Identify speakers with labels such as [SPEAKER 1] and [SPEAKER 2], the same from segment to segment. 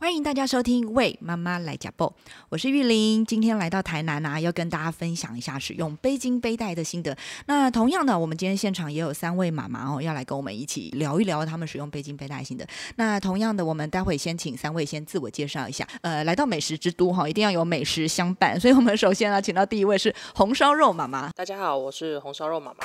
[SPEAKER 1] 欢迎大家收听《为妈妈来加爆》，我是玉玲。今天来到台南啊，要跟大家分享一下使用背巾背带的心得。那同样的，我们今天现场也有三位妈妈哦，要来跟我们一起聊一聊他们使用背巾背带的心得。那同样的，我们待会先请三位先自我介绍一下。呃，来到美食之都哈、一定要有美食相伴，所以我们首先啊，请到第一位是红烧肉妈妈，
[SPEAKER 2] 大家好，我是红烧肉妈妈。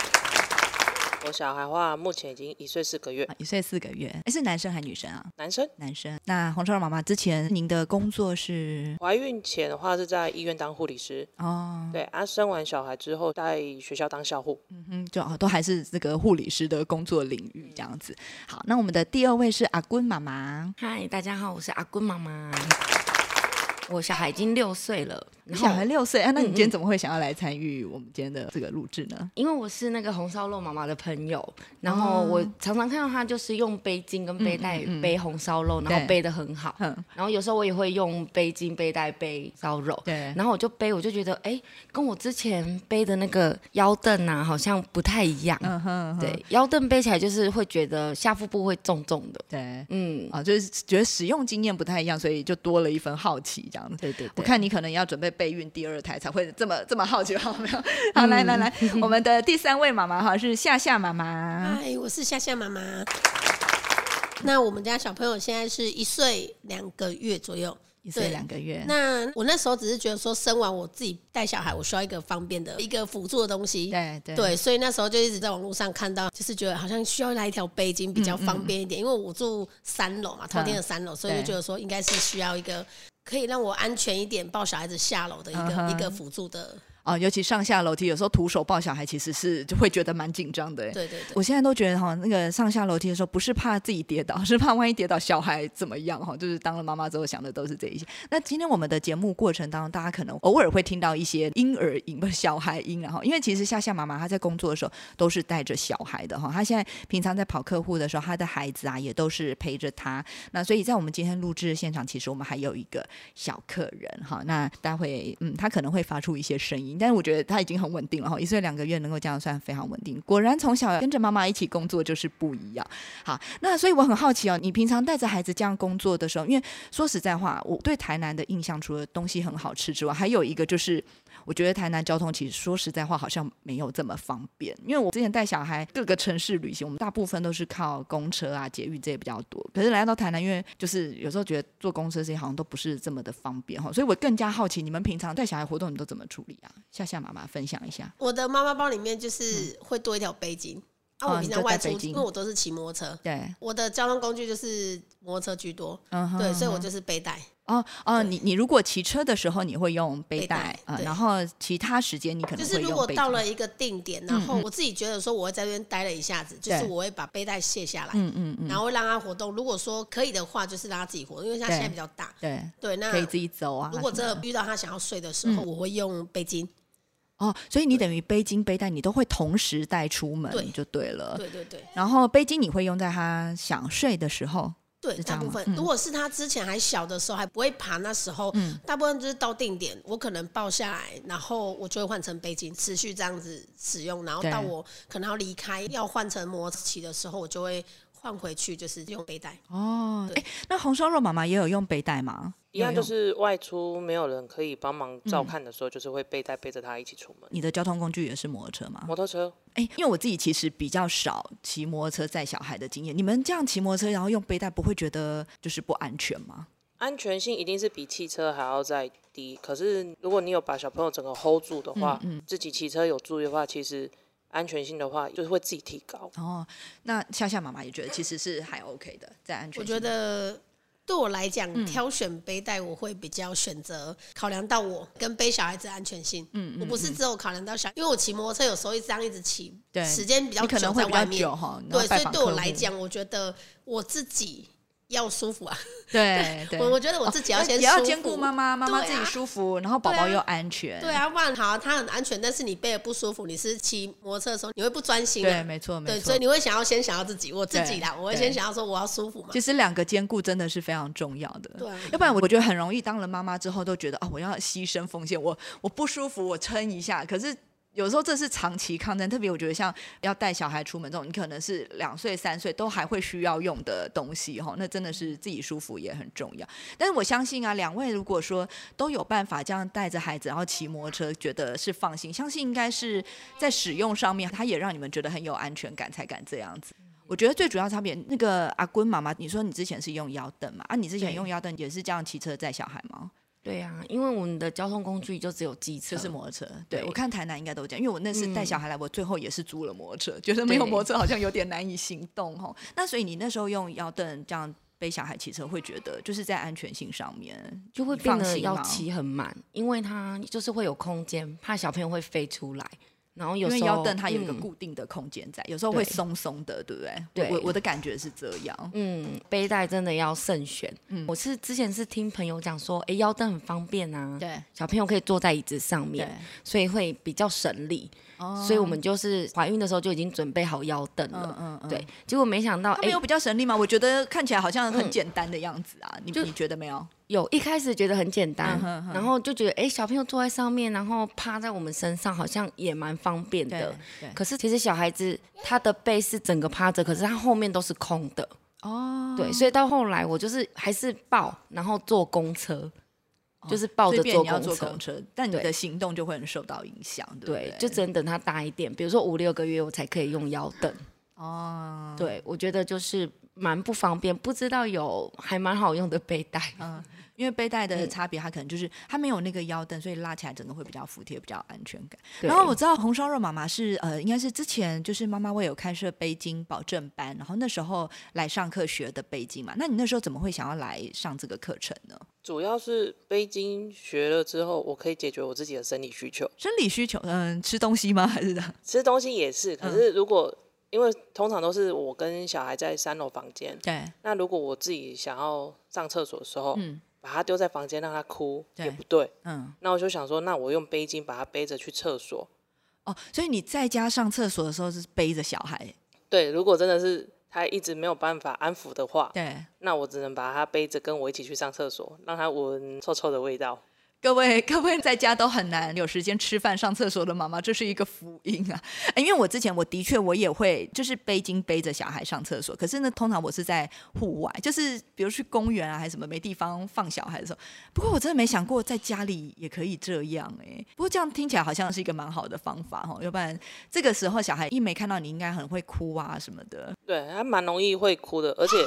[SPEAKER 2] 我小孩的话目前已经一岁四个月
[SPEAKER 1] 啊，一岁四个月，诶是男生还是女生啊？
[SPEAKER 2] 男生。
[SPEAKER 1] 男生。那红烧肉妈妈之前您的工作是
[SPEAKER 2] 怀孕前的话是在医院当护理师，
[SPEAKER 1] 哦，
[SPEAKER 2] 对啊，生完小孩之后在学校当校护。
[SPEAKER 1] 嗯，就哦，都还是这个护理师的工作领域这样子。好，那我们的第二位是阿坤妈妈，
[SPEAKER 3] 嗨，大家好，我是阿坤妈妈。我小孩已经六岁了，然后嗯
[SPEAKER 1] 小孩六岁啊，那你今天怎么会想要来参与我们今天的这个录制呢？
[SPEAKER 3] 因为我是那个红烧肉妈妈的朋友，然后
[SPEAKER 1] 哦
[SPEAKER 3] 我常常看到她就是用背巾跟背
[SPEAKER 1] 嗯
[SPEAKER 3] 带背红烧肉，然
[SPEAKER 1] 对
[SPEAKER 3] 后背的很好。
[SPEAKER 1] 哼，
[SPEAKER 3] 然后有时候我也会用背巾、背带背烧肉，
[SPEAKER 1] 对
[SPEAKER 3] 然后我就背，我就觉得哎，跟我之前背的那个腰凳啊，好像不太一样。
[SPEAKER 1] 嗯哼，哼
[SPEAKER 3] 对，腰凳背起来就是会觉得下腹部会重重的。
[SPEAKER 1] 对。
[SPEAKER 3] 嗯，
[SPEAKER 1] 啊，就是觉得使用经验不太一样，所以就多了一份好奇这样子。
[SPEAKER 3] 对对对，
[SPEAKER 1] 我看你可能要准备备孕第二胎才会这么这么好奇， 好没 有？好，来来来，
[SPEAKER 3] 嗯
[SPEAKER 1] 我们的第三位妈妈哈是夏夏妈妈，
[SPEAKER 4] 嗨，我是夏夏妈妈。那我们家小朋友现在是一岁两个月左右。
[SPEAKER 1] 一岁
[SPEAKER 4] 对
[SPEAKER 1] 两个月，
[SPEAKER 4] 那我那时候只是觉得说，生完我自己带小孩，我需要一个方便的一个辅助的东西。
[SPEAKER 1] 对对
[SPEAKER 4] 对，所以那时候就一直在网络上看到，就是觉得好像需要来一条背巾比较方便一
[SPEAKER 1] 嗯
[SPEAKER 4] 点，因为我住三楼嘛，透天的三楼，所以就觉得说应该是需要一个可以让我安全一点抱小孩子下楼的一
[SPEAKER 1] 嗯
[SPEAKER 4] 个、
[SPEAKER 1] 哼
[SPEAKER 4] 一个辅助的。
[SPEAKER 1] 啊，尤其上下楼梯，有时候徒手抱小孩其实是就会觉得蛮紧张的。欸
[SPEAKER 4] 对对对。
[SPEAKER 1] 我现在都觉得哈，那个上下楼梯的时候，不是怕自己跌倒， 是怕万一跌倒小孩怎么样哈。就是当了妈妈之后想的都是这一些。那今天我们的节目过程当中，大家可能偶尔会听到一些婴儿音，不是小孩音，然后因为其实夏夏妈妈她在工作的时候都是带着小孩的哈，她现在平常在跑客户的时候，她的孩子啊也都是陪着她。那所以在我们今天录制的现场，其实我们还有一个小客人哈，那待会嗯，他可能会发出一些声音，但是我觉得他已经很稳定了哈，一岁两个月能够这样算非常稳定。果然从小跟着妈妈一起工作就是不一样。好，那所以我很好奇哦，你平常带着孩子这样工作的时候，因为说实在话，我对台南的印象除了东西很好吃之外，还有一个就是我觉得台南交通其实说实在话好像没有这么方便，因为我之前带小孩各个城市旅行，我们大部分都是靠公车啊、捷运这些比较多。可是来到台南，因为就是有时候觉得坐公车这些好像都不是这么的方便哈，所以我更加好奇你们平常带小孩活动你们都怎么处理啊？夏夏妈妈分享一下。
[SPEAKER 4] 我的妈妈包里面就是会多一条背巾。啊，
[SPEAKER 1] 嗯哦
[SPEAKER 4] 我平常外出，
[SPEAKER 1] 你就带背巾
[SPEAKER 4] 因为我都是骑摩托车，
[SPEAKER 1] 对，
[SPEAKER 4] 我的交通工具就是摩托车居多，
[SPEAKER 1] 嗯哼，
[SPEAKER 4] 对，所以我
[SPEAKER 1] 嗯哼
[SPEAKER 4] 就是背带。
[SPEAKER 1] 哦哦，
[SPEAKER 4] 对
[SPEAKER 1] 你你如果骑车的时候你会用背
[SPEAKER 4] 背
[SPEAKER 1] 带
[SPEAKER 4] 带
[SPEAKER 1] 啊、
[SPEAKER 4] 对
[SPEAKER 1] 然后其他时间你可
[SPEAKER 4] 就
[SPEAKER 1] 能
[SPEAKER 4] 是
[SPEAKER 1] 会
[SPEAKER 4] 如
[SPEAKER 1] 用
[SPEAKER 4] 果
[SPEAKER 1] 背
[SPEAKER 4] 到
[SPEAKER 1] 带
[SPEAKER 4] 了一个定点，然后我自己觉得说我会在这边待了一下子，就是
[SPEAKER 1] 对
[SPEAKER 4] 我会把背带卸下来，
[SPEAKER 1] 嗯嗯嗯，
[SPEAKER 4] 然后让他活动。如果说可以的话，就是让他自己活动，因为他
[SPEAKER 1] 对
[SPEAKER 4] 现在比较大，
[SPEAKER 1] 对，
[SPEAKER 4] 对，那
[SPEAKER 1] 可以自己走啊什么的。
[SPEAKER 4] 如果真的遇到他想要睡的时候，
[SPEAKER 1] 嗯
[SPEAKER 4] 我会用背巾。
[SPEAKER 1] 哦，所以你等于背巾、背带，你都会同时带出
[SPEAKER 4] 对
[SPEAKER 1] 门就对了。
[SPEAKER 4] 对对对
[SPEAKER 1] 然后背巾你会用在他想睡的时候，
[SPEAKER 4] 对，
[SPEAKER 1] 这样
[SPEAKER 4] 大部
[SPEAKER 1] 吗
[SPEAKER 4] 分
[SPEAKER 1] 嗯
[SPEAKER 4] 如果是他之前还小的时候还不会爬，那时候
[SPEAKER 1] 嗯，
[SPEAKER 4] 大部分就是到定点，我可能抱下来，然后我就会换成背巾，持续这样子使用，然后
[SPEAKER 1] 对
[SPEAKER 4] 到我可能要离开，要换成摩托骑的时候，我就会换回去，就是用背带。
[SPEAKER 1] 哦，
[SPEAKER 4] 对
[SPEAKER 1] 哎，那红烧肉妈妈也有用背带吗？
[SPEAKER 2] 一样
[SPEAKER 1] 有嗯用
[SPEAKER 2] 就是外出没有人可以帮忙照看的时候，就是会背带背着他一起出门。
[SPEAKER 1] 你的交通工具也是摩托车吗？
[SPEAKER 2] 摩托车
[SPEAKER 1] 哎，因为我自己其实比较少骑摩托车载小孩的经验，你们这样骑摩托车然后用背带，不会觉得就是不安全吗？
[SPEAKER 2] 安全性一定是比汽车还要再低，可是如果你有把小朋友整个 hold 住的话，
[SPEAKER 1] 嗯
[SPEAKER 2] 自己骑车有注意的话，其实安全性的话就是会自己提高。
[SPEAKER 1] 哦，那夏夏妈妈也觉得其实是还 OK 的，在安全
[SPEAKER 4] 我
[SPEAKER 1] 性
[SPEAKER 4] 觉得对我来讲，
[SPEAKER 1] 嗯
[SPEAKER 4] 挑选背带我会比较选择考量到我跟背小孩子的安全性。嗯，我不是只有考量到小，因为我骑摩托车有时候一直这样一直骑，
[SPEAKER 1] 对
[SPEAKER 4] 时间比较
[SPEAKER 1] 你可
[SPEAKER 4] 久
[SPEAKER 1] 能会
[SPEAKER 4] 在
[SPEAKER 1] 比
[SPEAKER 4] 外
[SPEAKER 1] 较
[SPEAKER 4] 面
[SPEAKER 1] 久，哈，然后
[SPEAKER 4] 对，所以
[SPEAKER 1] 拜访
[SPEAKER 4] 对我
[SPEAKER 1] 客
[SPEAKER 4] 来
[SPEAKER 1] 户
[SPEAKER 4] 讲，我觉得我自己。要舒服啊。
[SPEAKER 1] 对对，
[SPEAKER 4] 我我觉得我自己要先
[SPEAKER 1] 也要
[SPEAKER 4] 舒
[SPEAKER 1] 兼顾
[SPEAKER 4] 服
[SPEAKER 1] 妈妈，妈妈
[SPEAKER 4] 对
[SPEAKER 1] 自己
[SPEAKER 4] 啊
[SPEAKER 1] 舒服，然后宝宝
[SPEAKER 4] 对啊
[SPEAKER 1] 又安全。
[SPEAKER 4] 对啊，不然好，它很安全，但是你背的不舒服，你是骑摩托车的时候，你会不专心、
[SPEAKER 1] 对，
[SPEAKER 4] 啊。
[SPEAKER 1] 没错没
[SPEAKER 4] 对，
[SPEAKER 1] 错
[SPEAKER 4] 所以。你会想要先想要自己，我自己啦，
[SPEAKER 1] 对
[SPEAKER 4] 我会
[SPEAKER 1] 对
[SPEAKER 4] 先想要说我要舒服嘛。
[SPEAKER 1] 其实两个兼顾真的是非常重要的，
[SPEAKER 4] 对啊
[SPEAKER 1] 要不然我觉得很容易当了妈妈之后都觉得啊、我要牺牲风险，我我不舒服我撑一下，可是。有时候这是长期抗战，特别我觉得像要带小孩出门这种，你可能是两岁三岁都还会需要用的东西哈，那真的是自己舒服也很重要。但是我相信啊，两位如果说都有办法这样带着孩子，然后骑摩托车，觉得是放心，相信应该是在使用上面，它也让你们觉得很有安全感，才敢这样子。我觉得最主要差别，那个阿坤妈妈，你说你之前是用腰凳嘛？啊，你之前
[SPEAKER 3] 对
[SPEAKER 1] 用腰凳也是这样骑车载小孩吗？
[SPEAKER 3] 对啊，因为我们的交通工具就只有机车，
[SPEAKER 1] 就是摩托车。嗯对嗯
[SPEAKER 3] 对
[SPEAKER 1] 我看台南应该都这样，因为我那次带小孩来，我最后也是租了摩托车，觉得没有
[SPEAKER 3] 对
[SPEAKER 1] 摩托车好像有点难以行动哦。那所以你那时候用腰凳这样背小孩骑车，会觉得就是在安全性上面
[SPEAKER 3] 就会
[SPEAKER 1] 你
[SPEAKER 3] 变
[SPEAKER 1] 放
[SPEAKER 3] 得
[SPEAKER 1] 心
[SPEAKER 3] 要
[SPEAKER 1] 吗
[SPEAKER 3] 骑很慢，因为它就是会有空间，怕小朋友会飞出来。然后有
[SPEAKER 1] 因为
[SPEAKER 3] 时候
[SPEAKER 1] 腰凳它有一个
[SPEAKER 3] 嗯
[SPEAKER 1] 固定的空间在，有时候会
[SPEAKER 3] 对
[SPEAKER 1] 松松的，对不对？
[SPEAKER 3] 对
[SPEAKER 1] 我我的感觉是这样。
[SPEAKER 3] 嗯，背带真的要慎选。
[SPEAKER 1] 嗯
[SPEAKER 3] 我是之前是听朋友讲说，哎，腰凳很方便啊，
[SPEAKER 1] 对
[SPEAKER 3] 小朋友可以坐在椅子上
[SPEAKER 1] 对
[SPEAKER 3] 面，，所以会比较省力。
[SPEAKER 1] 哦
[SPEAKER 3] 所以我们就是怀孕的时候就已经准备好腰凳了。
[SPEAKER 1] 嗯嗯，
[SPEAKER 3] 对，结果没想到，
[SPEAKER 1] 他
[SPEAKER 3] 哎
[SPEAKER 1] 们有，比较省力吗？我觉得看起来好像很简单的样子啊，你
[SPEAKER 3] 嗯就
[SPEAKER 1] 你觉得没有？
[SPEAKER 3] 有一开始觉得很简单
[SPEAKER 1] 嗯，哼哼
[SPEAKER 3] 然后就觉得，哎，小朋友坐在上面，然后趴在我们身上，好像也蛮方便的。
[SPEAKER 1] 对
[SPEAKER 3] 可是其实小孩子他的背是整个趴着，可是他后面都是空的。
[SPEAKER 1] 哦，
[SPEAKER 3] 对，所以到后来我就是还是抱，然后坐公车，就是抱
[SPEAKER 1] 随
[SPEAKER 3] 着
[SPEAKER 1] 便
[SPEAKER 3] 坐
[SPEAKER 1] 哦你要
[SPEAKER 3] 公
[SPEAKER 1] 坐
[SPEAKER 3] 车。
[SPEAKER 1] 公车，但你的
[SPEAKER 3] 对
[SPEAKER 1] 行动就会很受到影响，对不
[SPEAKER 3] 对
[SPEAKER 1] 对，，
[SPEAKER 3] 就只能等他大一点，比如说五六个月，我才可以用腰凳。
[SPEAKER 1] 哦，
[SPEAKER 3] 对，我觉得就是蛮不方便，不知道有还蛮好用的背带。
[SPEAKER 1] 哦因为背带
[SPEAKER 3] 嗯
[SPEAKER 1] 的差别，它可能就是它没有那个腰凳，所以拉起来整个会比较服帖，比较安全感。
[SPEAKER 3] 对
[SPEAKER 1] 然后我知道红烧肉妈妈是呃，应该是之前就是妈妈为有开设背巾保证班，然后那时候来上课学的背巾嘛。那你那时候怎么会想要来上这个课程呢？
[SPEAKER 2] 主要是背巾学了之后，我可以解决我自己的生理需求，
[SPEAKER 1] 生理需求，嗯、吃东西吗？还是
[SPEAKER 2] 吃东西也是。可
[SPEAKER 1] 嗯
[SPEAKER 2] 是如果、因为通常都是我跟小孩在三楼房间，
[SPEAKER 1] 对
[SPEAKER 2] 那如果我自己想要上厕所的时候，把他丢在房间让他哭
[SPEAKER 1] 嗯对
[SPEAKER 2] 也不对。
[SPEAKER 1] 嗯。
[SPEAKER 2] 那我就想说，那我用背巾把他背着去厕所。
[SPEAKER 1] 哦，所以你在家上厕所的时候是背着小孩，
[SPEAKER 2] 对，如果真的是他一直没有办法安抚的话，
[SPEAKER 1] 对。
[SPEAKER 2] 那我只能把他背着跟我一起去上厕所，让他闻臭臭的味道。
[SPEAKER 1] 各位 各位在家都很难有时间吃饭上厕所的妈妈，这是一个福音啊！哎因为我之前我的确我也会就是背巾背着小孩上厕所，可是呢，通常我是在户外，就是比如去公园啊还是什么没地方放小孩的时候。不过我真的没想过在家里也可以这样哎、不过这样听起来好像是一个蛮好的方法哦，要不然这个时候小孩一没看到你，应该很会哭啊什么的。
[SPEAKER 2] 对，他蛮容易会哭的，而且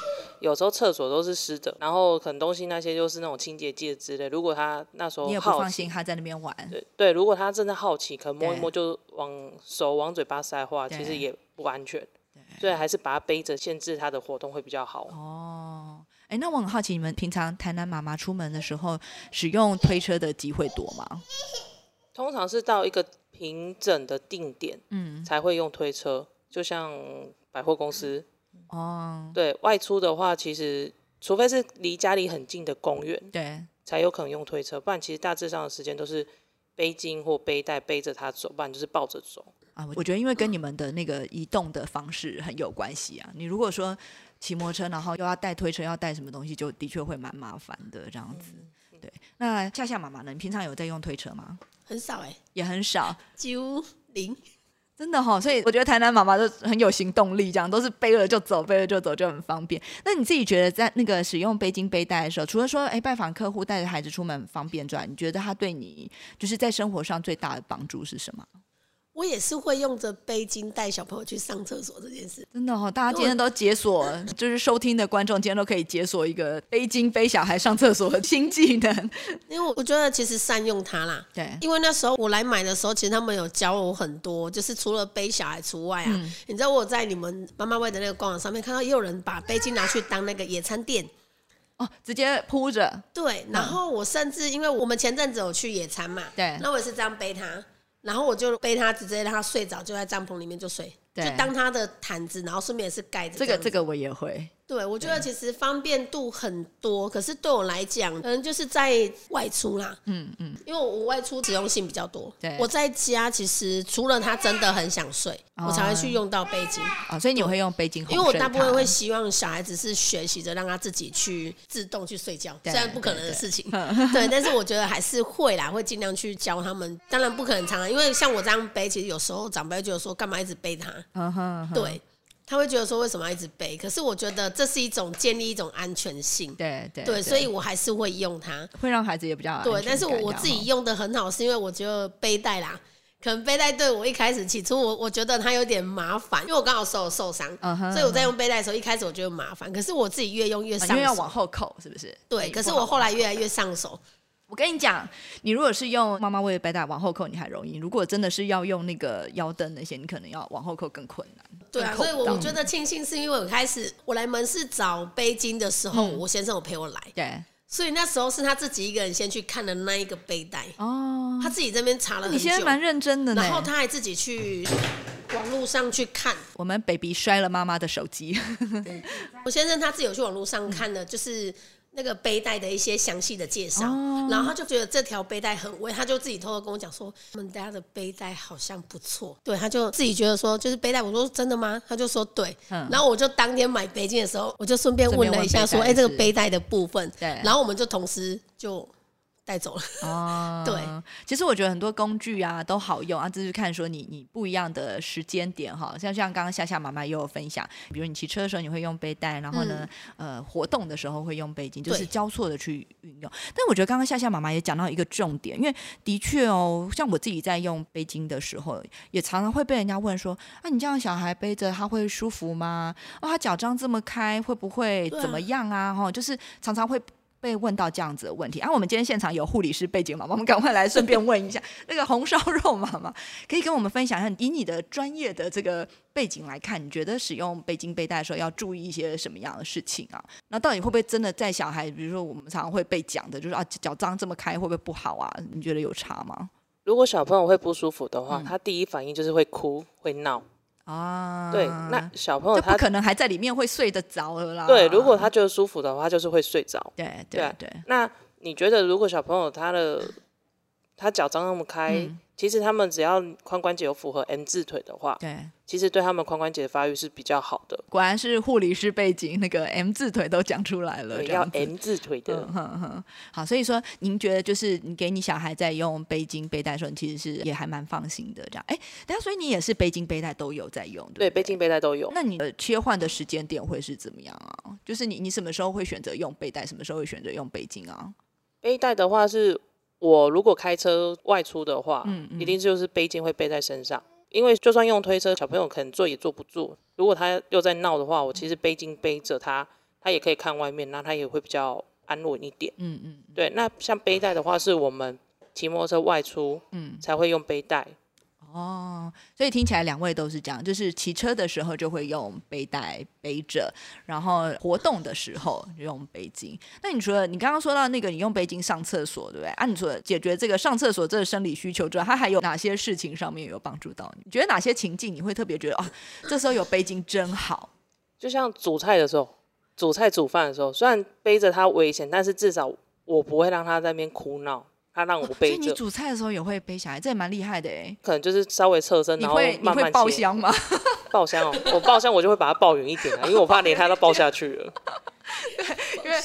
[SPEAKER 2] 有时候厕所都是湿的，然后可能东西那些就是那种清洁剂之类。如果他那时候
[SPEAKER 1] 你也不
[SPEAKER 2] 好
[SPEAKER 1] 放
[SPEAKER 2] 奇，
[SPEAKER 1] 心他在那边玩，
[SPEAKER 2] 对对，如果他真的好奇，可能摸一
[SPEAKER 1] 对
[SPEAKER 2] 摸就往手往嘴巴塞的话，
[SPEAKER 1] 对
[SPEAKER 2] 其实也不安全。所以还是把他背着，限制他的活动会比较好。
[SPEAKER 1] 哦，哎，那我很好奇，你们平常台南妈妈出门的时候使用推车的机会多吗？
[SPEAKER 2] 通常是到一个平整的定点，
[SPEAKER 1] 嗯，
[SPEAKER 2] 才会用推车，就像百货公司。
[SPEAKER 1] 哦，
[SPEAKER 2] 对外出的话，其实除非是离家里很近的公园，
[SPEAKER 1] 对，
[SPEAKER 2] 才有可能用推车，不然其实大致上的时间都是背巾或背带背着它走，不然就是抱着走。
[SPEAKER 1] 啊，我我觉得因为跟你们的那个移动的方式很有关系啊。你如果说骑摩托车，然后又要带推车，要带什么东西，就的确会蛮麻烦的这样子。对，那夏夏妈妈呢？你平常有在用推车吗？
[SPEAKER 4] 很少哎、
[SPEAKER 1] 也很少，
[SPEAKER 4] 几乎零。
[SPEAKER 1] 真的哈、所以我觉得台南妈妈都很有行动力，这样都是背了就走，背了就走就很方便。那你自己觉得在那个使用背巾背带的时候，除了说哎拜访哎客户带着孩子出门方便之外，你觉得它对你就是在生活上最大的帮助是什么？
[SPEAKER 4] 我也是会用着背巾带小朋友去上厕所这件事。
[SPEAKER 1] 真的哈、大家今天都解锁，就是收听的观众今天都可以解锁一个背巾背小孩上厕所的新技能。
[SPEAKER 4] 因为我觉得其实善用它啦，
[SPEAKER 1] 对
[SPEAKER 4] 因为那时候我来买的时候，其实他们有教我很多，就是除了背小孩除外啊，
[SPEAKER 1] 嗯
[SPEAKER 4] 你知道我在你们妈妈味的那个官网上面看到，也有人把背巾拿去当那个野餐垫。
[SPEAKER 1] 哦，直接铺着，
[SPEAKER 4] 对，然后我甚至因为我们前阵子有去野餐嘛，
[SPEAKER 1] 嗯对
[SPEAKER 4] 那我也是这样背它，然后我就背它，直接让它睡着，就在帐篷里面就睡，就
[SPEAKER 1] 对
[SPEAKER 4] 当它的毯子，然后顺便也是盖着
[SPEAKER 1] 这
[SPEAKER 4] 样
[SPEAKER 1] 个
[SPEAKER 4] 子。
[SPEAKER 1] 这个我也会。
[SPEAKER 4] 对，我觉得其实方便度很多，可是对我来讲，可能就是在外出啦，
[SPEAKER 1] 嗯嗯，
[SPEAKER 4] 因为我外出使用性比较多
[SPEAKER 1] 对。
[SPEAKER 4] 我在家其实除了他真的很想睡，我才会去用到背巾，
[SPEAKER 1] 啊，所以你会用背巾哄睡
[SPEAKER 4] 因
[SPEAKER 1] 它，
[SPEAKER 4] 为我大部分会希望小孩子是学习着让他自己去自动去睡觉，
[SPEAKER 1] 对
[SPEAKER 4] 虽然不可能的事情， 对，但是我觉得还是会啦，会尽量去教他们。当然不可能常常，因为像我这样背，其实有时候长辈就有说干嘛一直背他，
[SPEAKER 1] 嗯哼，嗯哼
[SPEAKER 4] 对。他会觉得说为什么要一直背？可是我觉得这是一种建立一种安全性，
[SPEAKER 1] 对对
[SPEAKER 4] 对，所以我还是会用它。
[SPEAKER 1] 会让孩子也比较有安
[SPEAKER 4] 对，
[SPEAKER 1] 全
[SPEAKER 4] 但是我
[SPEAKER 1] 感
[SPEAKER 4] 我
[SPEAKER 1] 这
[SPEAKER 4] 自
[SPEAKER 1] 样
[SPEAKER 4] 己
[SPEAKER 1] 哦
[SPEAKER 4] 用的很好，是因为我觉得背带啦，可能背带对我一开始起初我我觉得它有点麻烦，因为我刚好手有受伤
[SPEAKER 1] 嗯哼
[SPEAKER 4] 所以我在用背带的时候一开始我觉得麻烦，可是我自己越用越
[SPEAKER 1] 啊
[SPEAKER 4] 上
[SPEAKER 1] 因为要
[SPEAKER 4] 手。
[SPEAKER 1] 往后扣，是不是？
[SPEAKER 4] 对，
[SPEAKER 1] 你
[SPEAKER 4] 可
[SPEAKER 1] 不
[SPEAKER 4] 是
[SPEAKER 1] 好
[SPEAKER 4] 我后来越来越上手，
[SPEAKER 1] 我跟你讲，你如果是用妈妈喂的背带往后扣，你还容易；如果真的是要用那个腰凳那些，你可能要往后扣更困难。
[SPEAKER 4] 对啊，
[SPEAKER 1] 更扣
[SPEAKER 4] 所以
[SPEAKER 1] 不
[SPEAKER 4] 我
[SPEAKER 1] 到
[SPEAKER 4] 我觉得庆幸是因为我开始我来门市找背巾的时候，
[SPEAKER 1] 嗯
[SPEAKER 4] 我先生有陪我来，
[SPEAKER 1] 对
[SPEAKER 4] 所以那时候是他自己一个人先去看了那一个背带，
[SPEAKER 1] 哦，
[SPEAKER 4] 他自己这边查了
[SPEAKER 1] 你
[SPEAKER 4] 很久
[SPEAKER 1] 现，在蛮认真的呢。
[SPEAKER 4] 然后他还自己去网络上去看，
[SPEAKER 1] 我们 baby 摔了妈妈的手机，
[SPEAKER 4] 我先生他自己有去网络上看
[SPEAKER 1] 嗯
[SPEAKER 4] 的，就是那个背带的一些详细的介绍，
[SPEAKER 1] 哦
[SPEAKER 4] 然后他就觉得这条背带很威，他就自己偷偷跟我讲说，嗯我们家的背带好像不错，对，他就自己觉得说就是背带，我说真的吗？他就说对，
[SPEAKER 1] 嗯
[SPEAKER 4] 然后我就当天买背巾的时候，我就顺便问了一下说，
[SPEAKER 1] 顺便问背带
[SPEAKER 4] 哎、这个
[SPEAKER 1] 是
[SPEAKER 4] 背带的部分，
[SPEAKER 1] 对
[SPEAKER 4] 然后我们就同时就带走了，
[SPEAKER 1] 哦，
[SPEAKER 4] 对，
[SPEAKER 1] 其实我觉得很多工具啊都好用啊，这就是看说你你不一样的时间点哈。像像刚刚夏夏妈妈也有分享，比如你骑车的时候你会用背带，然后呢，呃，活动的时候会用背巾，就是
[SPEAKER 4] 嗯对
[SPEAKER 1] 交错的去运用。但我觉得刚刚夏夏妈妈也讲到一个重点，因为的确哦，像我自己在用背巾的时候，也常常会被人家问说，啊，你这样小孩背着他会舒服吗？哦，他脚张这么开会不会
[SPEAKER 4] 对啊
[SPEAKER 1] 怎么样啊？哈、就是常常会。被问到这样子的问题啊！我们今天现场有护理师背景妈妈，我们赶快来顺便问一下那个红烧肉妈妈，可以跟我们分享一下，以你的专业的这个背景来看，你觉得使用背巾背带的时候要注意一些什么样的事情啊？那到底会不会真的在小孩，比如说我们常常会被讲的，就是啊脚张这么开会不会不好啊？你觉得有差吗？
[SPEAKER 2] 如果小朋友会不舒服的
[SPEAKER 1] 嗯
[SPEAKER 2] 话，他第一反应就是会哭会闹。
[SPEAKER 1] 啊，
[SPEAKER 2] 对，那小朋友
[SPEAKER 1] 就
[SPEAKER 2] 哦他
[SPEAKER 1] 不可能啊还在里面会睡得着了啦。
[SPEAKER 2] 对，如果他觉得舒服的话，他就是会睡着。
[SPEAKER 1] 对对
[SPEAKER 2] 对啊
[SPEAKER 1] 对，
[SPEAKER 2] 那你觉得，如果小朋友他的他脚张那么开，
[SPEAKER 1] 嗯
[SPEAKER 2] 其实他们只要髋关节有符合 M 字腿的话，
[SPEAKER 1] 对，
[SPEAKER 2] 其实对他们髋关节的发育是比较好的。
[SPEAKER 1] 果然是护理师背景，那个 M 字腿都讲出来了，
[SPEAKER 2] 对
[SPEAKER 1] 这
[SPEAKER 2] 要
[SPEAKER 1] 样子。
[SPEAKER 2] M 字腿的，
[SPEAKER 1] 嗯哼哼，好，所以说您觉得就是你给你小孩在用背巾背带的时候，你其实是也还蛮放心的这样。哎，等一下，所以你也是背巾背带都有在用，对
[SPEAKER 2] 对，
[SPEAKER 1] 不
[SPEAKER 2] 背巾背带都有。
[SPEAKER 1] 那你的切换的时间点会是怎么样啊？就是你你什么时候会选择用背带，什么时候会选择用背巾啊？
[SPEAKER 2] 背带的话是，我如果开车外出的话，
[SPEAKER 1] 嗯嗯
[SPEAKER 2] 一定就是背巾会背在身上，因为就算用推车，小朋友可能坐也坐不住。如果他又在闹的话，我其实背巾背着他，他也可以看外面，那他也会比较安稳一点。
[SPEAKER 1] 嗯嗯
[SPEAKER 2] 对，那像背带的话，是我们骑摩托车外出
[SPEAKER 1] 嗯，
[SPEAKER 2] 才会用背带。
[SPEAKER 1] 哦，所以听起来两位都是这样，就是骑车的时候就会用背带背着，然后活动的时候就用背巾。那你除了你刚刚说到那个你用背巾上厕所，对不对？啊，你除了解决这个上厕所这个生理需求之外，它还有哪些事情上面有帮助到你？你觉得哪些情境你会特别觉得啊，这时候有背巾真好？
[SPEAKER 2] 就像煮菜的时候，煮菜煮饭的时候，虽然背着他危险，但是至少我不会让他在那边哭闹，他让我
[SPEAKER 1] 哦所
[SPEAKER 2] 背
[SPEAKER 1] 以你
[SPEAKER 2] 着。
[SPEAKER 1] 煮菜的时候也会背小孩，这也蛮厉害的哎。
[SPEAKER 2] 可能就是稍微侧身，
[SPEAKER 1] 你
[SPEAKER 2] 然后
[SPEAKER 1] 会你
[SPEAKER 2] 慢
[SPEAKER 1] 会
[SPEAKER 2] 慢
[SPEAKER 1] 爆
[SPEAKER 2] 切
[SPEAKER 1] 香吗？
[SPEAKER 2] 爆香哦，我爆香我就会把它爆远一点啊，因为我怕连它都爆下去了。
[SPEAKER 1] 因为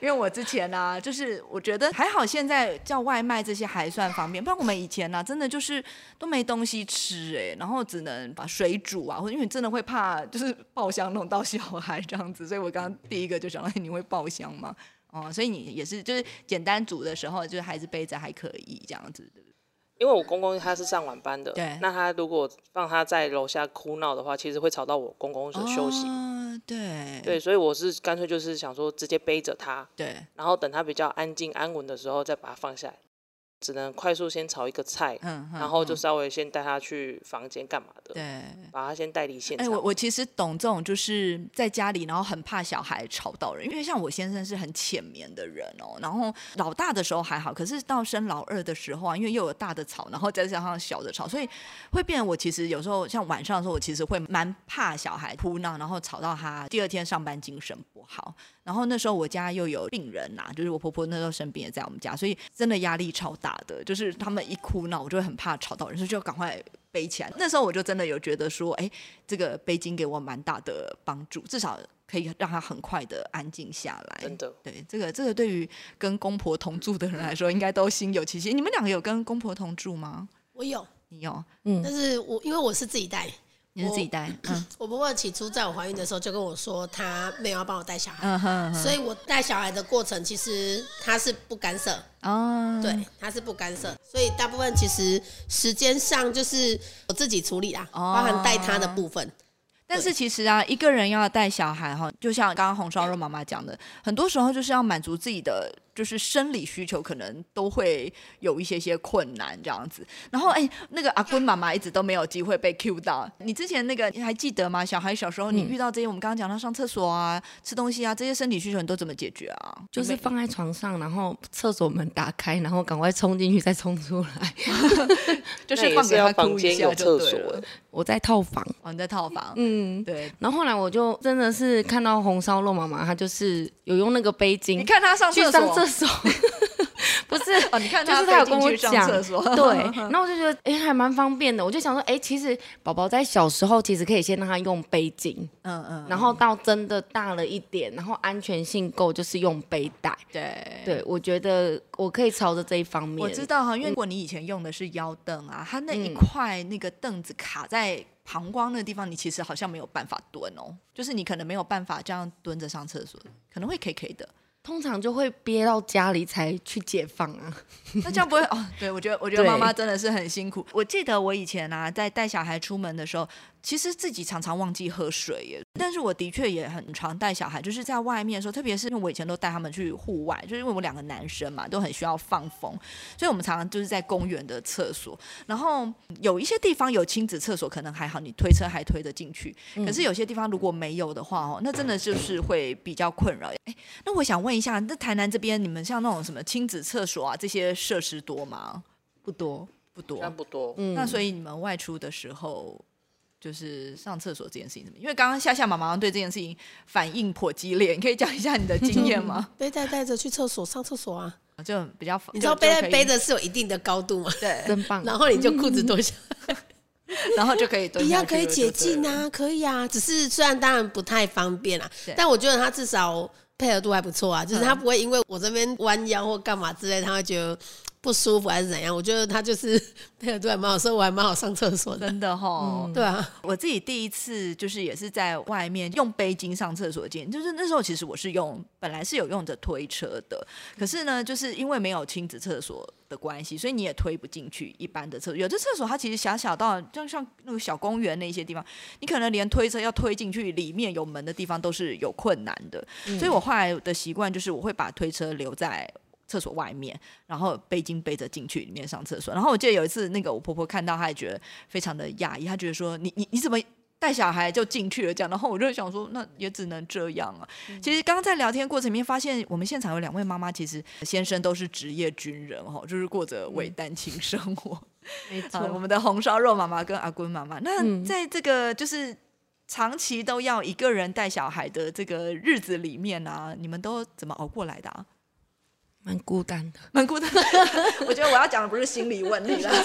[SPEAKER 1] 因为我之前呢、啊，就是我觉得还好，现在叫外卖这些还算方便，不然我们以前呢、啊，真的就是都没东西吃哎、然后只能把水煮啊，或者因为你真的会怕就是爆香弄到小孩这样子，所以我刚刚第一个就想到哎你会爆香吗？哦，所以你也是就是简单煮的时候，就是孩子背着还可以这样子，对不对？
[SPEAKER 2] 因为我公公他是上晚班的，
[SPEAKER 1] 对
[SPEAKER 2] 那他如果放他在楼下哭闹的话，其实会吵到我公公的休息。
[SPEAKER 1] 哦、对
[SPEAKER 2] 对，所以我是干脆就是想说直接背着他，
[SPEAKER 1] 对
[SPEAKER 2] 然后等他比较安静安稳的时候再把他放下来。只能快速先炒一个菜，
[SPEAKER 1] 嗯，嗯
[SPEAKER 2] 然后就
[SPEAKER 1] 嗯
[SPEAKER 2] 稍微先带他去房间干嘛的，
[SPEAKER 1] 对。
[SPEAKER 2] 把他先带离现
[SPEAKER 1] 哎、
[SPEAKER 2] 场。
[SPEAKER 1] 我我其实懂这种，就是在家里，然后很怕小孩吵到人，因为像我先生是很浅眠的人哦。然后老大的时候还好，可是到生老二的时候啊，因为又有大的吵，然后再加上小的吵，所以会变。我其实有时候像晚上的时候，我其实会蛮怕小孩哭闹，然后吵到他第二天上班精神不好。然后那时候我家又有病人呐、就是我婆婆那时候生病也在我们家，所以真的压力超大的。就是他们一哭闹，我就会很怕吵到人，所以就哎赶快背起来。那时候我就真的有觉得说，哎，这个背巾给我蛮大的帮助，至少可以让他很快的安静下来。
[SPEAKER 2] 真的
[SPEAKER 1] 对，这个这个对于跟公婆同住的人来说，应该都心有戚戚。你们两个有跟公婆同住吗？
[SPEAKER 4] 我有，
[SPEAKER 1] 你有？
[SPEAKER 4] 但是我因为我是自己带，
[SPEAKER 1] 你是自己带？嗯
[SPEAKER 4] 我婆婆起初在我怀孕的时候就跟我说，她没有要帮我带小孩，
[SPEAKER 1] 嗯哼哼
[SPEAKER 4] 所以我带小孩的过程其实她是不干涉，
[SPEAKER 1] 啊，
[SPEAKER 4] 对，她是不干涉，所以大部分其实时间上就是我自己处理啦，
[SPEAKER 1] 哦
[SPEAKER 4] 包含带她的部分。
[SPEAKER 1] 但是其实啊，一个人要带小孩哈，就像刚刚红烧肉妈妈讲的，很多时候就是要满足自己的就是生理需求，可能都会有一些些困难这样子。然后哎，那个阿坤妈妈一直都没有机会被 Q 到。你之前那个你还记得吗？小孩小时候
[SPEAKER 2] 嗯
[SPEAKER 1] 你遇到这些，我们刚刚讲到上厕所啊、吃东西啊这些生理需求，你都怎么解决啊？
[SPEAKER 3] 就是放在床上，然后厕所门打开，然后赶快冲进去，再冲出来。
[SPEAKER 1] 就
[SPEAKER 2] 那
[SPEAKER 1] 是
[SPEAKER 2] 也
[SPEAKER 1] 放给
[SPEAKER 2] 要
[SPEAKER 1] 他
[SPEAKER 2] 房
[SPEAKER 1] 哭一
[SPEAKER 2] 间
[SPEAKER 1] 下
[SPEAKER 2] 有
[SPEAKER 1] 就
[SPEAKER 2] 厕
[SPEAKER 1] 对
[SPEAKER 2] 所
[SPEAKER 1] 了
[SPEAKER 2] 欸。，
[SPEAKER 3] 我在套房，
[SPEAKER 1] 哦，你在套房，
[SPEAKER 3] 嗯，
[SPEAKER 1] 对。
[SPEAKER 3] 然后后来我就真的是看到红烧肉妈妈，她就是有用那个杯
[SPEAKER 2] 嗯
[SPEAKER 3] 巾，
[SPEAKER 1] 你看他上
[SPEAKER 3] 去
[SPEAKER 1] 厕
[SPEAKER 3] 上
[SPEAKER 1] 所，
[SPEAKER 3] 厕所， 不是。
[SPEAKER 1] 哦，你看
[SPEAKER 3] 就是
[SPEAKER 1] 他
[SPEAKER 3] 有
[SPEAKER 1] 飞进
[SPEAKER 3] 跟我
[SPEAKER 1] 去上
[SPEAKER 3] 讲，
[SPEAKER 1] 厕所，
[SPEAKER 3] 对， 然后我就觉得，哎、还蛮方便的。我就想说，哎、其实宝宝在小时候其实可以先让他用杯巾，
[SPEAKER 1] 嗯嗯，
[SPEAKER 3] 然后到真的大了一点，然后安全性够，就是用背带。
[SPEAKER 1] 对。
[SPEAKER 3] 对，我觉得我可以朝着这一方面。
[SPEAKER 1] 嗯我
[SPEAKER 3] 嗯
[SPEAKER 1] 知道哈，因为如果你以前用的是腰凳啊，它那一块那个凳子卡在膀胱那地方，你其实好像没有办法蹲哦，就是你可能没有办法这样蹲着上厕所，可能会 K K 的。
[SPEAKER 3] 通常就会憋到家里才去解放啊。
[SPEAKER 1] 那这样 不会哦？对，我觉得我觉得
[SPEAKER 3] 对
[SPEAKER 1] 妈妈真的是很辛苦。我记得我以前啊，在带小孩出门的时候，其实自己常常忘记喝水耶。但是我的确也很常带小孩，就是在外面的时候，特别是因为我以前都带他们去户外，就是因为我们两个男生嘛，都很需要放风，所以我们常常就是在公园的厕所。然后有一些地方有亲子厕所，可能还好，你推车还推得进去。
[SPEAKER 4] 嗯
[SPEAKER 1] 可是有些地方如果没有的话哦，那真的就是会比较困扰。哎，那我想问一下，那台南这边你们像那种什么亲子厕所啊这些设施多吗？
[SPEAKER 3] 不多，
[SPEAKER 1] 不多。
[SPEAKER 2] 但不多。
[SPEAKER 3] 嗯，
[SPEAKER 1] 那所以你们外出的时候，就是上厕所这件事情怎么？因为刚刚夏夏妈妈好像对这件事情反应颇激烈，你可以讲一下你的经验吗？
[SPEAKER 4] 背带带着去厕所上厕所啊！
[SPEAKER 1] 就比较
[SPEAKER 4] 嗯你知道背带背着是有一定的高度吗？
[SPEAKER 1] 对，
[SPEAKER 3] 真棒。
[SPEAKER 4] 然后你就裤子脱下，
[SPEAKER 1] 然后就可以蹲
[SPEAKER 4] 一
[SPEAKER 1] 下
[SPEAKER 4] 样
[SPEAKER 1] 去
[SPEAKER 4] 可以
[SPEAKER 1] 就
[SPEAKER 4] 解
[SPEAKER 1] 对
[SPEAKER 4] 禁
[SPEAKER 1] 了。
[SPEAKER 4] 啊，可以啊。只是虽然当然不太方便啊
[SPEAKER 1] 对，
[SPEAKER 4] 但我觉得他至少配合度还不错
[SPEAKER 1] 嗯
[SPEAKER 4] 啊，就是他不会因为我这边弯腰或干嘛之类，他会觉得不舒服还是怎样。我觉得他就是配合度还蛮好，所以我还蛮好上厕所的。
[SPEAKER 1] 真的哈、
[SPEAKER 4] 对啊，
[SPEAKER 1] 我自己第一次就是也是在外面用背巾上厕所的经验，就是那时候其实我是用本来是有用着推车的，可是呢，就是因为没有亲子厕所的关系，所以你也推不进去一般的厕所。有的厕所它其实狭小到像像那个小公园那些地方，你可能连推车要推进去里面有门的地方都是有困难的。所以我后来的习惯就是我会把推车留在。厕所外面，然后背巾背着进去里面上厕所。然后我记得有一次，那个我婆婆看到，她也觉得非常的讶异，她觉得说：“你你你怎么带小孩就进去了？”这样，然后我就想说，那也只能这样啊。其实刚刚在聊天过程里面发现，我们现场有两位妈妈，其实先生都是职业军人哦，就是过着伪单亲生 活。
[SPEAKER 3] 没
[SPEAKER 1] 啊，我们的红烧肉妈妈跟阿坤妈妈，那
[SPEAKER 3] 嗯
[SPEAKER 1] 在这个就是长期都要一个人带小孩的这个日子里面啊，你们都怎么熬过来的啊？
[SPEAKER 3] 蛮孤单的。
[SPEAKER 1] 蛮孤单。 我觉得我要讲的不是心理问题了，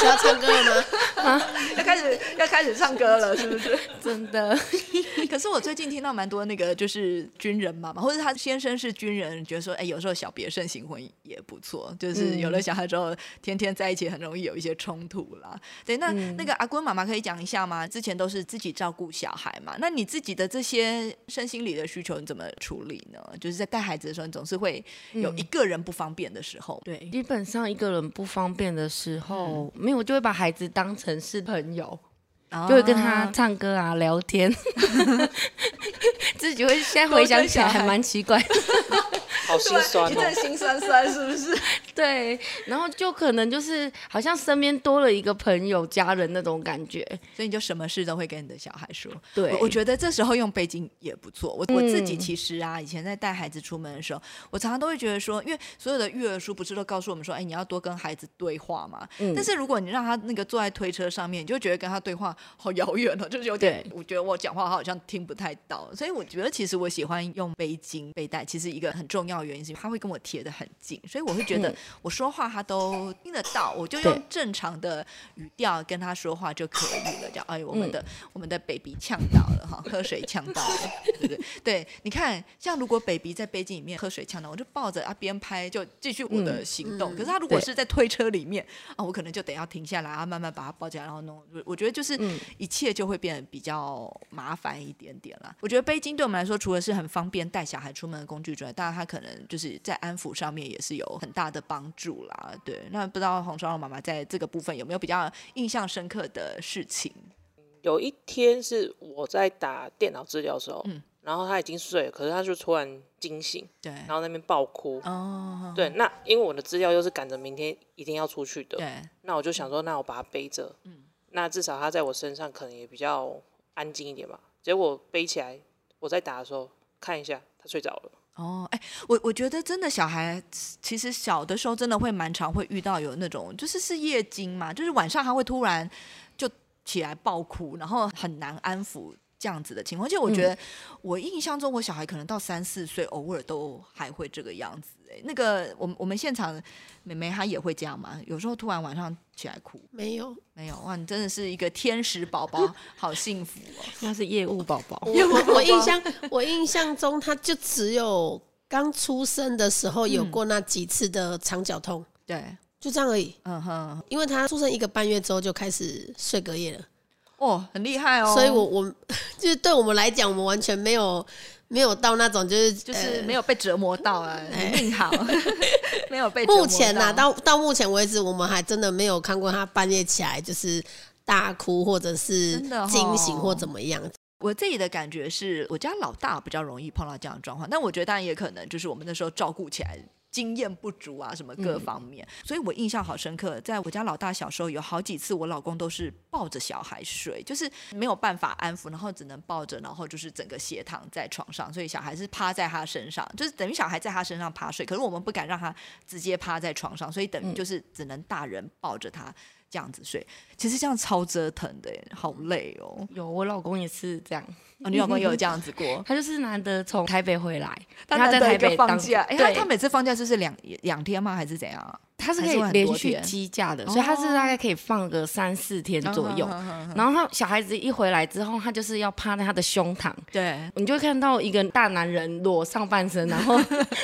[SPEAKER 4] 需要唱歌了吗？
[SPEAKER 1] 要开始要开始唱歌了，是不是？
[SPEAKER 3] 真的，
[SPEAKER 1] 可是我最近听到蛮多那个就是军人妈妈，或者他先生是军人，觉得说，哎，有时候小别胜新婚也不错，就是有了
[SPEAKER 3] 嗯
[SPEAKER 1] 小孩之后，天天在一起很容易有一些冲突啦。对，那、
[SPEAKER 3] 嗯
[SPEAKER 1] 那个阿坤妈妈可以讲一下吗？之前都是自己照顾小孩嘛，那你自己的这些身心理的需求你怎么处理呢？就是在带孩子的时候，你总是会
[SPEAKER 3] 嗯
[SPEAKER 1] 有一个人不方便的时候。
[SPEAKER 3] 对，基本上一个人不方便的时候，没有就会把孩子当成是朋友，
[SPEAKER 1] 嗯啊
[SPEAKER 3] 就会跟他唱歌啊、聊 天。自己会现在回想起来还蛮奇怪的，
[SPEAKER 2] 好心 酸
[SPEAKER 1] 一
[SPEAKER 2] 哦
[SPEAKER 1] 阵。心酸酸，是不是？
[SPEAKER 3] 对，然后就可能就是好像身边多了一个朋友、家人那种感觉。
[SPEAKER 1] 所以你就什么事都会跟你的小孩说。
[SPEAKER 3] 对
[SPEAKER 1] 我我觉得这时候用背巾也不错。我我自己
[SPEAKER 3] 嗯
[SPEAKER 1] 其实啊，以前在带孩子出门的时候，我常常都会觉得说，因为所有的育儿书不是都告诉我们说，哎，你要多跟孩子对话嘛。
[SPEAKER 3] 嗯
[SPEAKER 1] 但是如果你让他那个坐在推车上面，你就觉得跟他对话好遥远哦，就是有点，我觉得我讲话好像听不太到。所以我觉得其实我喜欢用背巾背带，其实一个很重要的原因是，他会跟我贴得很近，所以我会觉得
[SPEAKER 3] 嗯
[SPEAKER 1] 我说话他都听得到，我就
[SPEAKER 3] 对
[SPEAKER 1] 用正常的语调跟他说话就可以了。叫哎，我们
[SPEAKER 3] 嗯
[SPEAKER 1] 的、我们的 baby 呛到了哈，喝水呛到了，对不对？对，你看，像如果 baby 在杯巾里面喝水呛到，我就抱着啊边拍就继续我的行动。
[SPEAKER 4] 嗯
[SPEAKER 1] 可是他如果
[SPEAKER 3] 对
[SPEAKER 1] 是在推车里面啊，我可能就得要停下来啊，慢慢把他抱起来，然后弄。我我觉得就是
[SPEAKER 3] 嗯
[SPEAKER 1] 一切就会变得比较麻烦一点点啦。我觉得背巾对我们来说，除了是很方便带小孩出门的工具之外，当然它可能就是在安抚上面也是有很大的帮助啦。对，那不知道红烧肉妈妈在这个部分有没有比较印象深刻的事情？
[SPEAKER 2] 有一天是我在打电脑资料的时候，
[SPEAKER 1] 嗯
[SPEAKER 2] 然后他已经睡了，可是他就突然惊醒，
[SPEAKER 1] 对，
[SPEAKER 2] 然后在那边爆哭。
[SPEAKER 1] 哦，
[SPEAKER 2] 对，那因为我的资料又是赶着明天一定要出去的，
[SPEAKER 1] 对，嗯
[SPEAKER 2] 那我就想说，那我把它背着，那至少它在我身上可能也比较安静一点吧。结果背起来，我在打的时候看一下，它睡着了。
[SPEAKER 1] 哦，哎，我我觉得真的小孩其实小的时候真的会蛮常会遇到有那种就是是夜惊嘛，就是晚上他会突然就起来暴哭，然后很难安抚。这样子的情况，而且我
[SPEAKER 4] 嗯
[SPEAKER 1] 觉得，我印象中我小孩可能到三四岁，偶尔都还会这个样子、哎，那个我们我们现场妹妹她也会这样嘛，有时候突然晚上起来哭，
[SPEAKER 4] 没有，
[SPEAKER 1] 没有哇，你真的是一个天使宝宝，好幸福哦。
[SPEAKER 3] 那是业务宝宝，
[SPEAKER 4] 我我我印象我印象中，他就只有刚出生的时候有过那几次的肠绞痛，
[SPEAKER 1] 对，
[SPEAKER 4] 就这样而已。
[SPEAKER 1] 嗯哼，
[SPEAKER 4] 因为他出生一个半月之后就开始睡隔夜了，
[SPEAKER 1] 哦，很厉害哦。
[SPEAKER 4] 所以我我就是对我们来讲，我们完全没有没有到那种就是呃
[SPEAKER 1] 就
[SPEAKER 4] 就
[SPEAKER 1] 是没有被折磨到啊，你命 好，没有被折磨
[SPEAKER 4] 哎目前呐、到到目前为止，我们还真的没有看过他半夜起来就是大哭，或者是
[SPEAKER 1] 真的哦
[SPEAKER 4] 惊醒或怎么样。
[SPEAKER 1] 我自己的感觉是，我家老大比较容易碰到这样的状况，但我觉得当然也可能就是我们那时候照顾起来。经验不足啊，什么各方面，所以我印象好深刻。在我家老大小时候，有好几次我老公都是抱着小孩睡，就是没有办法安抚，然后只能抱着，然后就是整个斜躺在床上，所以小孩是趴在他身上，就是等于小孩在他身上趴睡。可是我们不敢让他直接趴在床上，所以等于就是只能大人抱着他这样子睡。其实这样超折腾的耶，好累哦。
[SPEAKER 3] 有我老公也是这样，？
[SPEAKER 1] 哦，你老公也有这样子过
[SPEAKER 3] 他就是难得从台北回来，
[SPEAKER 1] 难
[SPEAKER 3] 在
[SPEAKER 1] 得
[SPEAKER 3] 台
[SPEAKER 1] 一个
[SPEAKER 3] 北
[SPEAKER 1] 放
[SPEAKER 3] 当
[SPEAKER 1] 假，哎，他
[SPEAKER 3] 对
[SPEAKER 1] 他每次放假就是两两天吗？还是怎样啊？
[SPEAKER 3] 他是
[SPEAKER 1] 还
[SPEAKER 3] 可
[SPEAKER 1] 是
[SPEAKER 3] 以
[SPEAKER 1] 会很
[SPEAKER 3] 连
[SPEAKER 1] 多哦
[SPEAKER 3] 续
[SPEAKER 1] 天
[SPEAKER 3] 积假的，所以他是大概可以放个三四天左右。
[SPEAKER 1] 嗯
[SPEAKER 3] 然后他小孩子一回来之后，他就是要趴在他的胸膛，
[SPEAKER 1] 对，
[SPEAKER 3] 你就会看到一个大男人裸上半身，然后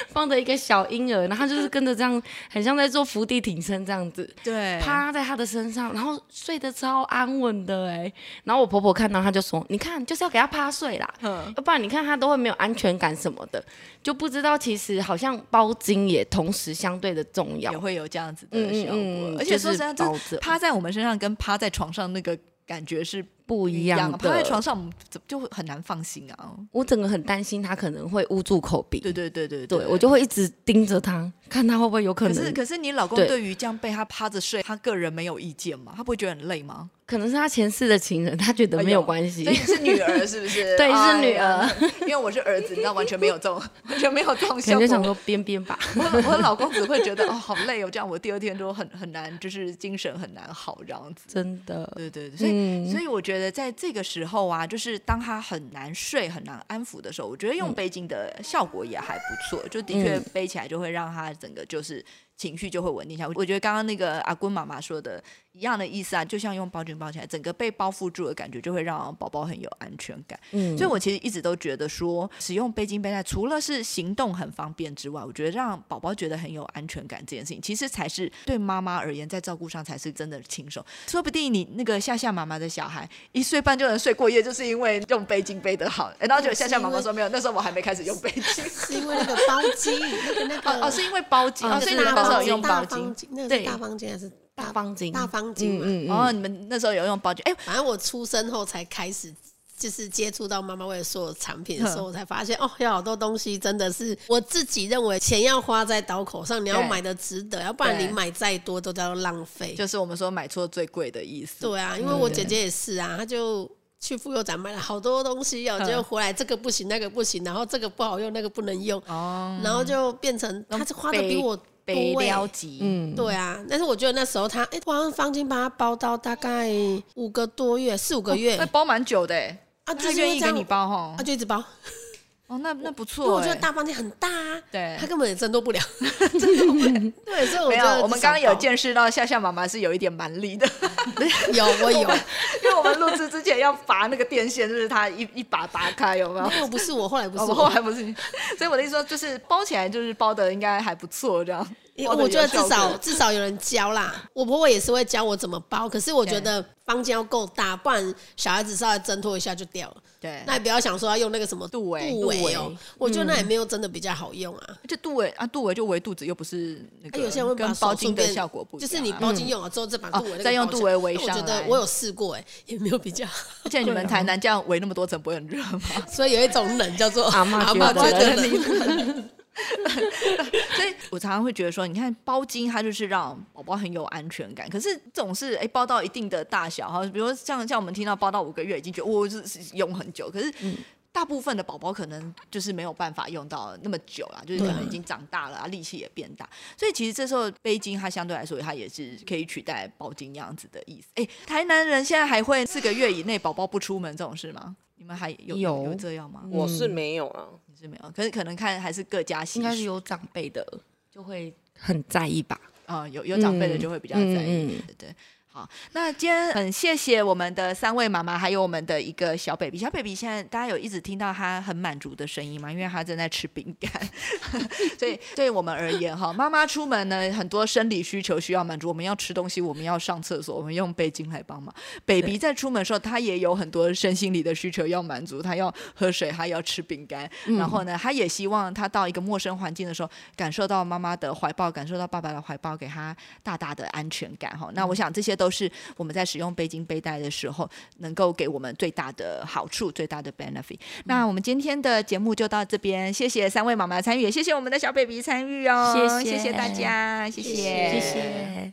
[SPEAKER 3] 放着一个小婴儿，然后他就是跟着这样，很像在做伏地挺身这样子，
[SPEAKER 1] 对
[SPEAKER 3] 趴在他的身上，然后睡得超安稳的哎、然后我婆婆看到，她就说：“你看，就是要给他趴睡啦，
[SPEAKER 1] 嗯
[SPEAKER 3] 要不然你看他都会没有安全感什么的，就不知道其实好像包巾也同时相对的重要
[SPEAKER 1] 也。会有这样子的
[SPEAKER 3] 嗯嗯
[SPEAKER 1] 效果。
[SPEAKER 3] 嗯
[SPEAKER 1] 而且
[SPEAKER 3] 就
[SPEAKER 1] 说
[SPEAKER 3] 是
[SPEAKER 1] 实在，这
[SPEAKER 3] 抱着
[SPEAKER 1] 趴在我们身上跟趴在床上那个感觉是
[SPEAKER 3] 不
[SPEAKER 1] 一
[SPEAKER 3] 一样
[SPEAKER 1] 的。
[SPEAKER 3] 的
[SPEAKER 1] 趴在床上，我们怎就会很难放心啊。
[SPEAKER 3] 我整个很担心他可能会捂住口鼻，
[SPEAKER 1] 对对对对
[SPEAKER 3] 对我就会一直盯着他，看他会不会有可
[SPEAKER 1] 可
[SPEAKER 3] 能。
[SPEAKER 1] 是可是你老公
[SPEAKER 3] 对
[SPEAKER 1] 对于这样被他趴着睡，他个人没有意见吗？他不会觉得很累 吗？
[SPEAKER 3] 可能是他前世的情人，他觉得没有关系。
[SPEAKER 1] 所以你是女儿是不是？
[SPEAKER 3] 对是
[SPEAKER 1] 哎
[SPEAKER 3] 女
[SPEAKER 1] 呀
[SPEAKER 3] 儿，
[SPEAKER 1] 因为我是儿子，你知道完全没有这种，完全没有这种
[SPEAKER 3] 可
[SPEAKER 1] 效
[SPEAKER 3] 能
[SPEAKER 1] 果
[SPEAKER 3] 就。想说边边吧，
[SPEAKER 1] 我我老公只会觉得哦好累哦，这样我第二天都很很难，就是精神很难好这样子。
[SPEAKER 3] 真的，
[SPEAKER 1] 对对对，所以、
[SPEAKER 3] 嗯
[SPEAKER 1] 所以我觉得在这个时候啊，就是当他很难睡、很难安抚的时候，我觉得用背巾的效果也还不错，就的确
[SPEAKER 3] 嗯
[SPEAKER 1] 背起来就会让他整个就是情绪就会稳定下来。我觉得刚刚那个阿坤妈妈说的一样的意思啊，就像用包巾包起来，整个被包覆住的感觉就会让宝宝很有安全感。
[SPEAKER 3] 嗯，
[SPEAKER 1] 所以我其实一直都觉得说，使用背巾背带除了是行动很方便之外，我觉得让宝宝觉得很有安全感这件事情，其实才是对妈妈而言，在照顾上才是真的轻松。说不定你那个夏夏妈妈的小孩一岁半就能睡过夜，就是因为用背巾背得好。诶 然后就夏夏妈妈说没有，那时候我还没开始用背巾。
[SPEAKER 4] 是因为那个包机，那个那
[SPEAKER 1] 哦
[SPEAKER 4] 个
[SPEAKER 1] 哦，是因为包巾，
[SPEAKER 3] 哦
[SPEAKER 1] 哦、
[SPEAKER 4] 那
[SPEAKER 1] 所
[SPEAKER 4] 个
[SPEAKER 1] 以
[SPEAKER 4] 大
[SPEAKER 1] 你们那时候
[SPEAKER 4] 方
[SPEAKER 1] 有用包
[SPEAKER 4] 大
[SPEAKER 1] 巾
[SPEAKER 4] 方。巾，那个
[SPEAKER 3] 对
[SPEAKER 4] 是大方巾还是
[SPEAKER 3] 大方巾，
[SPEAKER 4] 大方巾嘛？
[SPEAKER 3] 嗯嗯，
[SPEAKER 1] 哦哦，你们那时候有用包巾，哎、
[SPEAKER 4] 反正我出生后才开始就是接触到妈妈为了所有产品的时候，
[SPEAKER 1] 嗯
[SPEAKER 4] 我才发现哦，有好多东西真的是我自己认为钱要花在刀口上，你要
[SPEAKER 1] 对
[SPEAKER 4] 买的值得，要不然
[SPEAKER 1] 对
[SPEAKER 4] 你买再多都叫浪费。
[SPEAKER 1] 就是我们说买错最贵的意思。
[SPEAKER 4] 对啊，因为我姐姐也是啊，她就去妇幼展买了好多东西哦，
[SPEAKER 1] 嗯
[SPEAKER 4] 结果回来这个不行，那个不行，然后这个不好用，那个不能用，
[SPEAKER 1] 哦，
[SPEAKER 4] 然后就变成
[SPEAKER 1] 那
[SPEAKER 4] 她是花的
[SPEAKER 1] 被
[SPEAKER 4] 比我多
[SPEAKER 1] 被
[SPEAKER 4] 欸
[SPEAKER 1] 撩急，
[SPEAKER 3] 嗯，
[SPEAKER 4] 对啊，但是我觉得那时候她，哎、我好像方巾把她包到大概五个多月，四五个月、
[SPEAKER 1] 那包蛮久的欸，
[SPEAKER 4] 啊，就
[SPEAKER 1] 他
[SPEAKER 4] 是因
[SPEAKER 1] 愿
[SPEAKER 4] 为
[SPEAKER 1] 意
[SPEAKER 4] 这
[SPEAKER 1] 给
[SPEAKER 4] 样
[SPEAKER 1] 你，包哈
[SPEAKER 4] 啊，。就一直包，
[SPEAKER 1] 哦，那那不
[SPEAKER 4] 因为
[SPEAKER 1] 错
[SPEAKER 4] 我
[SPEAKER 1] 欸。
[SPEAKER 4] 觉得大方巾很大啊，
[SPEAKER 1] 对
[SPEAKER 4] 她根本也争夺不了，对，所以我
[SPEAKER 1] 没
[SPEAKER 4] 觉
[SPEAKER 1] 有
[SPEAKER 4] 得，
[SPEAKER 1] 我们刚刚有见
[SPEAKER 4] 见，
[SPEAKER 1] 识到夏夏妈妈是有一点蛮力的，
[SPEAKER 4] 有我有，
[SPEAKER 1] 因为我们录制之前要拔那个电线，就是她一一拔拔开，有没有？
[SPEAKER 4] 没有不是我，后来不是
[SPEAKER 1] 哦，后来不是你，所以我的意思说，就是包起来就是包的应该还不错，这样。
[SPEAKER 4] 因
[SPEAKER 1] 包
[SPEAKER 4] 为
[SPEAKER 1] 得
[SPEAKER 4] 我觉得
[SPEAKER 1] 有
[SPEAKER 4] 至
[SPEAKER 1] 效果
[SPEAKER 4] 少至少有人教啦，我婆婆也是会教我怎么包，可是我觉得房间要够大，不然小孩子稍微挣脱一下就掉了。
[SPEAKER 1] 对
[SPEAKER 4] 那也不要想说要用那个什么
[SPEAKER 1] 杜
[SPEAKER 4] 围
[SPEAKER 1] 围嗯
[SPEAKER 4] 杜
[SPEAKER 3] 杜
[SPEAKER 4] 围
[SPEAKER 3] 围
[SPEAKER 4] 哦，我觉得那也没有真的比较好用啊。
[SPEAKER 1] 就肚围啊，肚围就围肚子，又不是那
[SPEAKER 4] 那
[SPEAKER 1] 个
[SPEAKER 4] 啊有些人会把
[SPEAKER 1] 跟
[SPEAKER 4] 手
[SPEAKER 1] 包
[SPEAKER 4] 顺
[SPEAKER 1] 巾的
[SPEAKER 4] 便
[SPEAKER 1] 效果不一
[SPEAKER 4] 就
[SPEAKER 1] 样啊。
[SPEAKER 4] 是你包巾用了之后，再把
[SPEAKER 1] 哦
[SPEAKER 4] 杜围那个
[SPEAKER 1] 再用
[SPEAKER 4] 包起来
[SPEAKER 1] 杜围围
[SPEAKER 4] 我觉
[SPEAKER 1] 上
[SPEAKER 4] 得
[SPEAKER 1] 来
[SPEAKER 4] 我有试过，哎，也没有比较好，
[SPEAKER 1] 而且你
[SPEAKER 4] 啊
[SPEAKER 1] 们台南这样围那么多层，不会很热吗？
[SPEAKER 4] 所以有一种冷叫做
[SPEAKER 3] 阿嬷
[SPEAKER 4] 阿
[SPEAKER 3] 觉
[SPEAKER 4] 嬷
[SPEAKER 3] 得
[SPEAKER 4] 觉得
[SPEAKER 3] 冷
[SPEAKER 4] 冷。
[SPEAKER 1] 所以我常常会觉得说，你看包巾，它就是让宝宝很有安全感。可是这种是哎包到一定的大小哈，比如说像像我们听到包到五个月已经觉得哦我是是用很久，可是。
[SPEAKER 3] 嗯
[SPEAKER 1] 大部分的宝宝可能就是没有办法用到那么久啦，就是可能已经长大了啊，力气也变大，所以其实这时候背巾它相对来说它也是可以取代包巾那样子的意思。哎，台南人现在还会四个月以内宝宝不出门这种事吗？你们还有
[SPEAKER 3] 有
[SPEAKER 1] 有这样吗？
[SPEAKER 2] 我是没有啊啦，
[SPEAKER 1] 你是没有，可是可能看还是各家习
[SPEAKER 3] 应该
[SPEAKER 1] 俗
[SPEAKER 3] 是有长辈的就会很在意吧。
[SPEAKER 1] 啊、有有长辈的就会比较在意，
[SPEAKER 3] 嗯嗯嗯
[SPEAKER 1] 对对。好，那今天很谢谢我们的三位妈妈，还有我们的一个小 baby。小 baby 现在大家有一直听到他很满足的声音吗？因为他正在吃饼干， 所以对我们而言哈，妈妈出门呢，很多生理需求需要满足，我们要吃东西，我们要上厕所，我们用背巾来帮忙。baby 在出门的时候，他也有很多身心里的需求要满足，他要喝水，他要吃饼干，然后呢，他也希望他到一个陌生环境的时候，感受到妈妈的怀抱，感受到爸爸的怀抱，给他大大的安全感哈。那我想这些都是我们在使用背巾背带的时候，能够给我们最大的好处，最大的 benefit。那我们今天的节目就到这边，谢谢三位妈妈参与，也谢谢我们的小 baby 参与哦，
[SPEAKER 3] 谢谢
[SPEAKER 1] 谢大家，谢
[SPEAKER 3] 谢
[SPEAKER 4] 谢谢
[SPEAKER 3] 谢。